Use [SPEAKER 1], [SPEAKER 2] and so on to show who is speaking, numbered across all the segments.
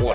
[SPEAKER 1] 我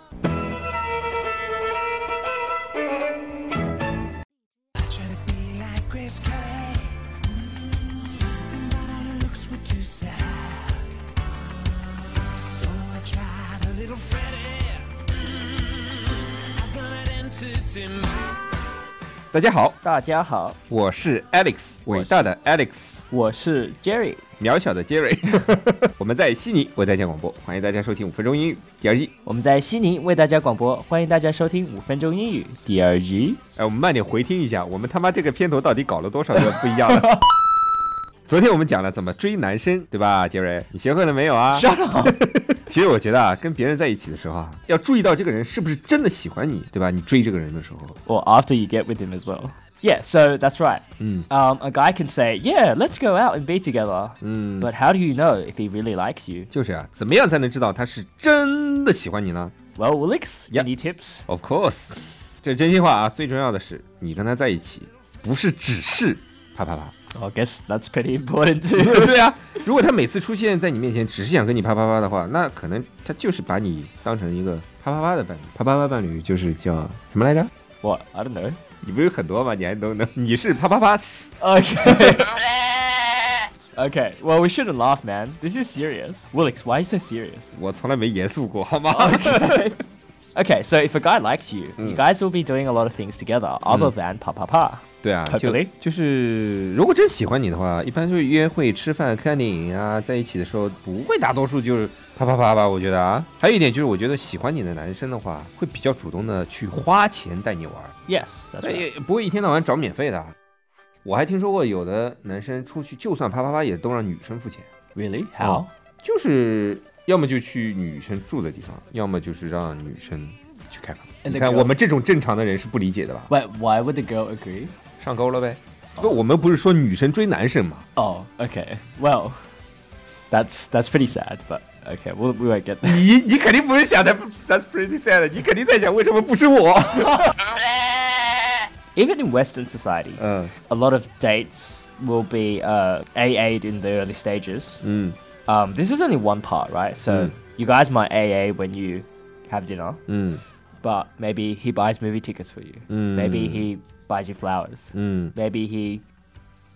[SPEAKER 2] Try to be like Grace Kelly. Mm, But all her looks were too sad. So I tried a little Freddy. Mm, I've got an entity mind.
[SPEAKER 3] 大家好，
[SPEAKER 4] 大家好，
[SPEAKER 3] 我是 Alex，伟大的 Alex，
[SPEAKER 4] 我是 Jerry。
[SPEAKER 3] 渺小的 Jerry。我们在悉尼为大家广播，欢迎大家收听五分钟英语第二季。
[SPEAKER 4] 我们在悉尼为大家广播，欢迎大家收听《五分钟英语》第二集。
[SPEAKER 3] 哎，我们慢点回听一下，我们他妈这个片头到底搞了多少个不一样的？ 昨天我们讲了怎么追男生，对吧，杰瑞？你学会了没有啊？
[SPEAKER 4] Shut up！
[SPEAKER 3] 其实我觉得啊，跟别人在一起的时候啊，要注意到这个人是不是真的喜欢你，对吧？你追这个人的时候，
[SPEAKER 4] Or after you get with him as well. Yeah, so that's right.
[SPEAKER 3] 嗯
[SPEAKER 4] Um, a guy can say, "Yeah, let's go out and be together."
[SPEAKER 3] 嗯，
[SPEAKER 4] But how do you know if he really likes you?
[SPEAKER 3] 就是啊，怎么样才能知道他是真的喜欢你呢
[SPEAKER 4] Well, Wilix,
[SPEAKER 3] Yeah.
[SPEAKER 4] any tips?
[SPEAKER 3] ？Of course，这真心话啊，最重要的是你跟他在一起，不是只是啪啪啪。
[SPEAKER 4] I guess that's pretty important
[SPEAKER 3] 对
[SPEAKER 4] too.
[SPEAKER 3] 对啊，如果他每次出现在你面前，只是想跟你啪啪啪的话，那可能他就是把你当成一个啪啪啪的伴侣。啪啪啪伴侣就是叫什么来着？
[SPEAKER 4] what? I don't know.
[SPEAKER 3] 你不是有很多吗？你还都能？你是啪啪啪死
[SPEAKER 4] Okay. okay. Well, we shouldn't laugh, man. This is serious. Willix, why are you so serious?
[SPEAKER 3] 我从来没严肃过，好 吗
[SPEAKER 4] okay. okay, so if a guy likes you, you guys will be doing a lot of things together other than pa pa pa.
[SPEAKER 3] 对啊，就
[SPEAKER 4] Hopefully
[SPEAKER 3] 就是如果真喜欢你的话，一般就是约会、吃饭、看电影啊，在一起的时候不会大多数就是啪啪啪吧，我觉得啊。还有一点就是，我觉得喜欢你的男生的话，会比较主动的去花钱带你玩儿。
[SPEAKER 4] Yes, that's
[SPEAKER 3] 对，
[SPEAKER 4] right.
[SPEAKER 3] 也不会一天到晚找免费的啊。我还听说过有的男生出去就算啪啪啪也都让女生付钱，
[SPEAKER 4] Really? How?
[SPEAKER 3] 就是要么就去女生住的地方，要么就是让女生去开房。
[SPEAKER 4] And the
[SPEAKER 3] 你看
[SPEAKER 4] girls-
[SPEAKER 3] 我们这种正常的人是不理解的吧？
[SPEAKER 4] Wait, why would the girl agree?
[SPEAKER 3] 上钩了呗？不，我们不是说女生追男生嘛？
[SPEAKER 4] Oh, okay. Well, that's that's pretty sad, but okay, we'll, we won't get there.
[SPEAKER 3] 你你肯定不是想的，That's pretty sad。你肯定在想为什么不是我？
[SPEAKER 4] Even in Western society,
[SPEAKER 3] 嗯
[SPEAKER 4] a lot of dates will be uh, AA'd in the early stages.
[SPEAKER 3] 嗯
[SPEAKER 4] Um, this is only one part, right? So
[SPEAKER 3] Mm.
[SPEAKER 4] you guys might AA when you have dinner.
[SPEAKER 3] 嗯
[SPEAKER 4] but maybe he buys movie tickets for you. Maybe he buys you flowers.
[SPEAKER 3] 嗯
[SPEAKER 4] Maybe he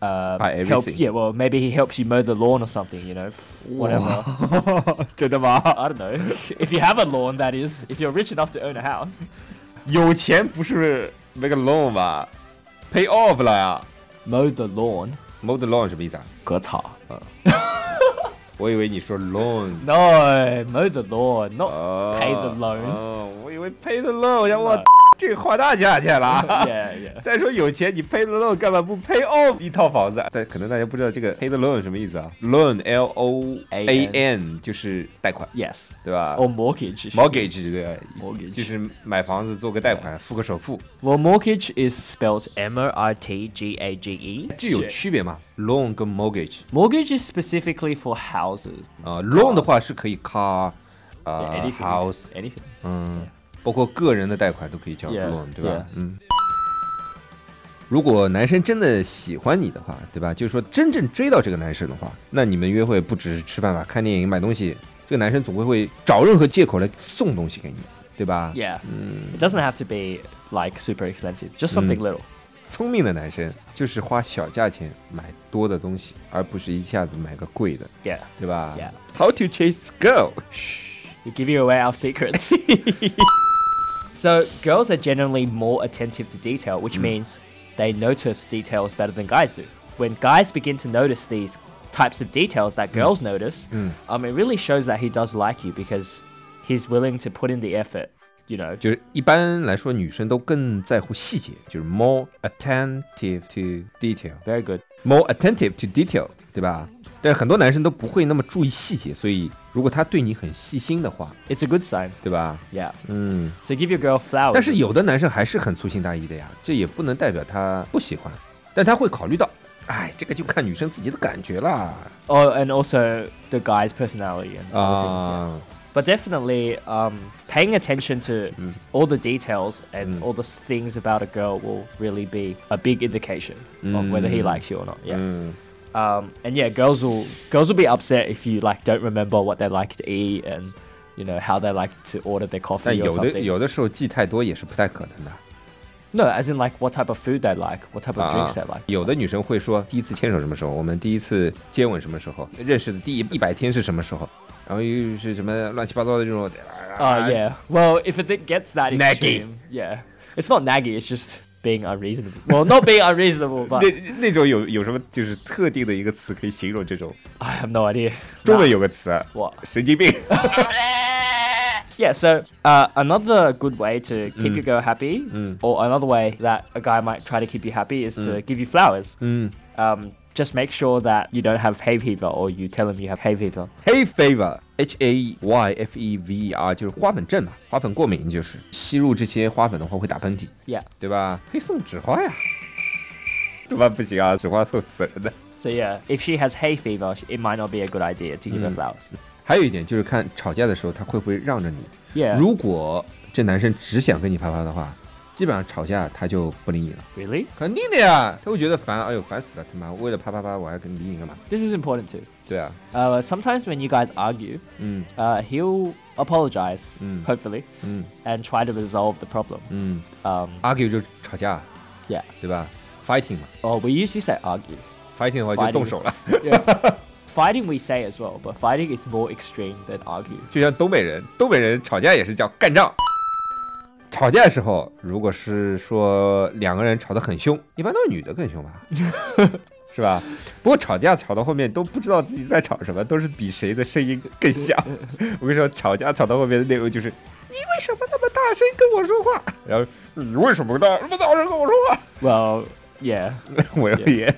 [SPEAKER 4] uh,
[SPEAKER 3] Buy
[SPEAKER 4] help-
[SPEAKER 3] everything.
[SPEAKER 4] yeah, well, Mm. maybe he helps you mow the lawn or something. You know, whatever.
[SPEAKER 3] 真的吗？
[SPEAKER 4] I don't know. If you have a lawn, that is. If you're rich enough to own a house.
[SPEAKER 3] 有钱不是那个 loan 吧？Pay off 了呀
[SPEAKER 4] Mow the lawn.
[SPEAKER 3] ？Mod loan 什么意思啊？
[SPEAKER 4] 割草.
[SPEAKER 3] 我以为你说 loan。
[SPEAKER 4] No, mow the lawn, not pay the
[SPEAKER 3] 嗯、
[SPEAKER 4] loan.
[SPEAKER 3] 我以为 pay the loan，我想我这个画大价去了 啊。
[SPEAKER 4] yeah, yeah.
[SPEAKER 3] 再说有钱，你 pay the loan 干嘛不 pay off 一套房子啊？但可能大家不知道这个 pay the loan 什么意思啊？loan l o a n 就是贷款，
[SPEAKER 4] Yes.
[SPEAKER 3] 对吧
[SPEAKER 4] Or mortgage. it should be.
[SPEAKER 3] ？mortgage 对吧
[SPEAKER 4] 哦 Mortgage
[SPEAKER 3] 就是买房子做个贷款，付个首付，
[SPEAKER 4] Well, mortgage is spelled M O R T G A G E.
[SPEAKER 3] 具有区别吗？loan 跟 mortgage
[SPEAKER 4] Mortgage is specifically for houses.
[SPEAKER 3] 啊、l o a n 的话是可以 car，
[SPEAKER 4] Yeah,
[SPEAKER 3] 呃、
[SPEAKER 4] anything.
[SPEAKER 3] house，
[SPEAKER 4] Anything.
[SPEAKER 3] 嗯，包括个人的贷款都可以叫
[SPEAKER 4] Yeah,
[SPEAKER 3] loan，对吧
[SPEAKER 4] yeah.？
[SPEAKER 3] 嗯。如果男生真的喜欢你的话，对吧？就是说真正追到这个男生的话，那你们约会不只是吃饭吧，看电影、买东西，这个男生总会会找任何借口来送东西给你，对吧
[SPEAKER 4] Yeah. It doesn't have to be like super expensive. Just something little.
[SPEAKER 3] 聪明的男生就是花小价钱买多的东西，而不是一下子买个贵的，
[SPEAKER 4] Yeah.
[SPEAKER 3] 对吧
[SPEAKER 4] Yeah.
[SPEAKER 3] How to chase girl？
[SPEAKER 4] We're giving away our secrets. so girls are generally more attentive to detail, which means they notice details better than guys do. When guys begin to notice these types of details that girls notice, um, it really shows that he does like you because he's willing to put in the effort you know.
[SPEAKER 3] 就是一般来说，女生都更在乎细节，就是 more attentive to detail，more
[SPEAKER 4] Very good.
[SPEAKER 3] attentive to detail，对吧？但是很多男生都不会那么注意细节，所以如果他对你很细心的话，
[SPEAKER 4] It's a good sign.
[SPEAKER 3] 对吧？
[SPEAKER 4] Yeah.
[SPEAKER 3] 嗯，
[SPEAKER 4] So give your girl flowers.
[SPEAKER 3] 但是有的男生还是很粗心大意的呀，这也不能代表他不喜欢，但他会考虑到，哎，这个就看女生自己的感觉啦
[SPEAKER 4] Oh, and also the guy's personality and other things. yeah.
[SPEAKER 3] 啊，
[SPEAKER 4] But definitely, um, paying attention to all the details and
[SPEAKER 3] Mm.
[SPEAKER 4] all the s- things about a girl will really be a big indication of whether he
[SPEAKER 3] Mm.
[SPEAKER 4] likes you or not. Yeah.
[SPEAKER 3] 嗯
[SPEAKER 4] Um, and yeah, girls will girls will be upset if you like don't remember what they like to eat and you know how they like to order
[SPEAKER 3] 但
[SPEAKER 4] their coffee or
[SPEAKER 3] 有的
[SPEAKER 4] something.
[SPEAKER 3] 有的时候记太多也是不太可能的。
[SPEAKER 4] No, as in like what type of food they like, what type of
[SPEAKER 3] 啊
[SPEAKER 4] drinks they like.
[SPEAKER 3] 有的女生会说第一次牵手什么时候，我们第一次接吻什么时候，认识的第一一百天是什么时候，然后又是什么乱七八糟的这种。
[SPEAKER 4] Uh, yeah. Well, if it th- gets that
[SPEAKER 3] Naggy.
[SPEAKER 4] extreme, yeah, it's not naggy. It's just being unreasonable. Well, not being unreasonable,
[SPEAKER 3] 那
[SPEAKER 4] but
[SPEAKER 3] 那种有有什么就是特定的一个词可以形容这种？
[SPEAKER 4] I have no idea.
[SPEAKER 3] 中文有个词，啊
[SPEAKER 4] What?
[SPEAKER 3] 神经病。
[SPEAKER 4] Yeah. So uh, another good way to keep your girl happy,
[SPEAKER 3] Mm.
[SPEAKER 4] or another way that a guy might try to keep you happy, is to give you flowers.
[SPEAKER 3] 嗯
[SPEAKER 4] Um, just make sure that you don't have hay fever, or you tell him you have hay fever.
[SPEAKER 3] ，hay fever，H A Y F E V E R 就是花粉症嘛，花粉过敏就是吸入这些花粉的话会打喷嚏，
[SPEAKER 4] Yeah.
[SPEAKER 3] 对吧？可以送纸花呀。 怎么不行啊？纸花送死人的。
[SPEAKER 4] So yeah, if she has hay fever, sh- it might not be a good idea to give her
[SPEAKER 3] Mm.
[SPEAKER 4] flowers.
[SPEAKER 3] 还有一点就是看吵架的时候他会不会让着你。
[SPEAKER 4] Yeah.
[SPEAKER 3] 如果这男生只想跟你啪啪的话，基本上吵架他就不理你了。
[SPEAKER 4] Really?
[SPEAKER 3] 肯定的呀，他会觉得烦，哎呦烦死了，他妈为了啪啪啪我还跟你理你干嘛？
[SPEAKER 4] This is important too.
[SPEAKER 3] 对啊，
[SPEAKER 4] Uh, sometimes when you guys argue,
[SPEAKER 3] 嗯
[SPEAKER 4] uh, he'll apologize,
[SPEAKER 3] Mm.
[SPEAKER 4] hopefully,
[SPEAKER 3] 嗯
[SPEAKER 4] and try to resolve the problem.
[SPEAKER 3] 嗯
[SPEAKER 4] Um,
[SPEAKER 3] ，argue 就是吵架，
[SPEAKER 4] yeah.
[SPEAKER 3] 对吧？fighting 嘛
[SPEAKER 4] Oh, we usually say argue.
[SPEAKER 3] ，fighting 的话就
[SPEAKER 4] Fighting
[SPEAKER 3] 动手了，
[SPEAKER 4] Fighting we say as well, but fighting is more extreme than argue.
[SPEAKER 3] 就像东北人，东北人吵架也是叫干仗。吵架的时候，如果是说两个人吵得很凶，一般都是女的更凶吧， 是吧？不过吵架吵到后面都不知道自己在吵什么，都是比谁的声音更响。我跟你说，吵架吵到后面的内容就是你为什么那么大声跟我说话？然后你为什么大那么大声跟我说话？
[SPEAKER 4] Well, yeah,
[SPEAKER 3] 我要也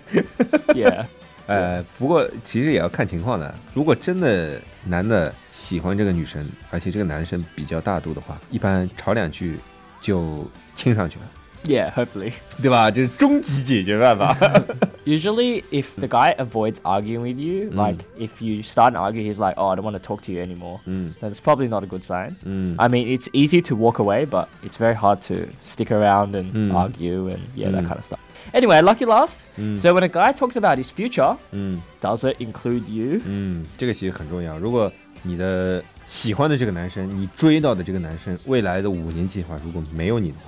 [SPEAKER 4] yeah.
[SPEAKER 3] 呃，不过其实也要看情况的。如果真的男的喜欢这个女生，而且这个男生比较大度的话，一般吵两句就亲上去了，
[SPEAKER 4] yeah, hopefully.
[SPEAKER 3] 对吧？这是终极解决办 法。
[SPEAKER 4] Usually, if the guy avoids arguing with you, like if you start an argument, he's like, oh, I don't want to talk to you anymore,
[SPEAKER 3] Mm.
[SPEAKER 4] then it's probably not a good sign.
[SPEAKER 3] 嗯
[SPEAKER 4] I mean, it's easy to walk away, but it's very hard to stick around and
[SPEAKER 3] Mm.
[SPEAKER 4] argue and yeah, that
[SPEAKER 3] Mm.
[SPEAKER 4] kind of stuff. Anyway, lucky last.
[SPEAKER 3] Mm.
[SPEAKER 4] So when a guy talks about his future,
[SPEAKER 3] 嗯
[SPEAKER 4] does it include you?
[SPEAKER 3] 嗯，这个其实很重要。如果你的喜欢的这个男生，你追到的这个男生，未来的五年计划如果没有你的话，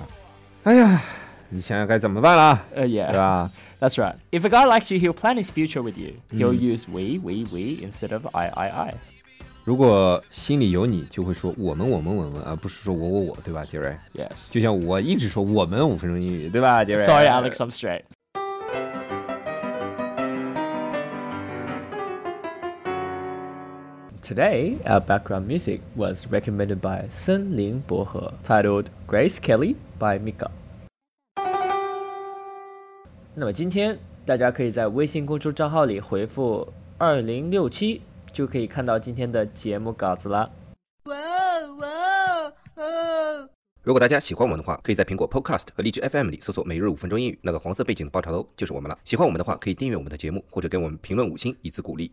[SPEAKER 3] 哎呀，你想想该怎么办啦，
[SPEAKER 4] Uh, yeah,
[SPEAKER 3] 对 吧？
[SPEAKER 4] that's right. If a guy likes you, he'll plan his future with you. He'll use we, we, we instead of I, I, I.
[SPEAKER 3] 如果心里有你，就会说我们我们我们，而不是说我我我，对吧，杰瑞？
[SPEAKER 4] Yes.
[SPEAKER 3] 就像我一直说我们五分钟英语，对吧，杰瑞
[SPEAKER 4] Sorry, Alex, I'm straight. Today, our background music was recommended by Sun Ling Bohe, titled Grace Kelly by Mika. 那么今天大家可以在微信公众账号里回复二零六七，就可以看到今天的节目稿子啦。
[SPEAKER 1] Whoa, whoa, whoa.
[SPEAKER 5] 如果大家喜欢我们的话，可以在苹果 Podcast 和荔枝 FM 里搜索“每日五分钟英语”，那个黄色背景的爆炒头就是我们了。喜欢我们的话，可以订阅我们的节目，或者给我们评论五星以资鼓励。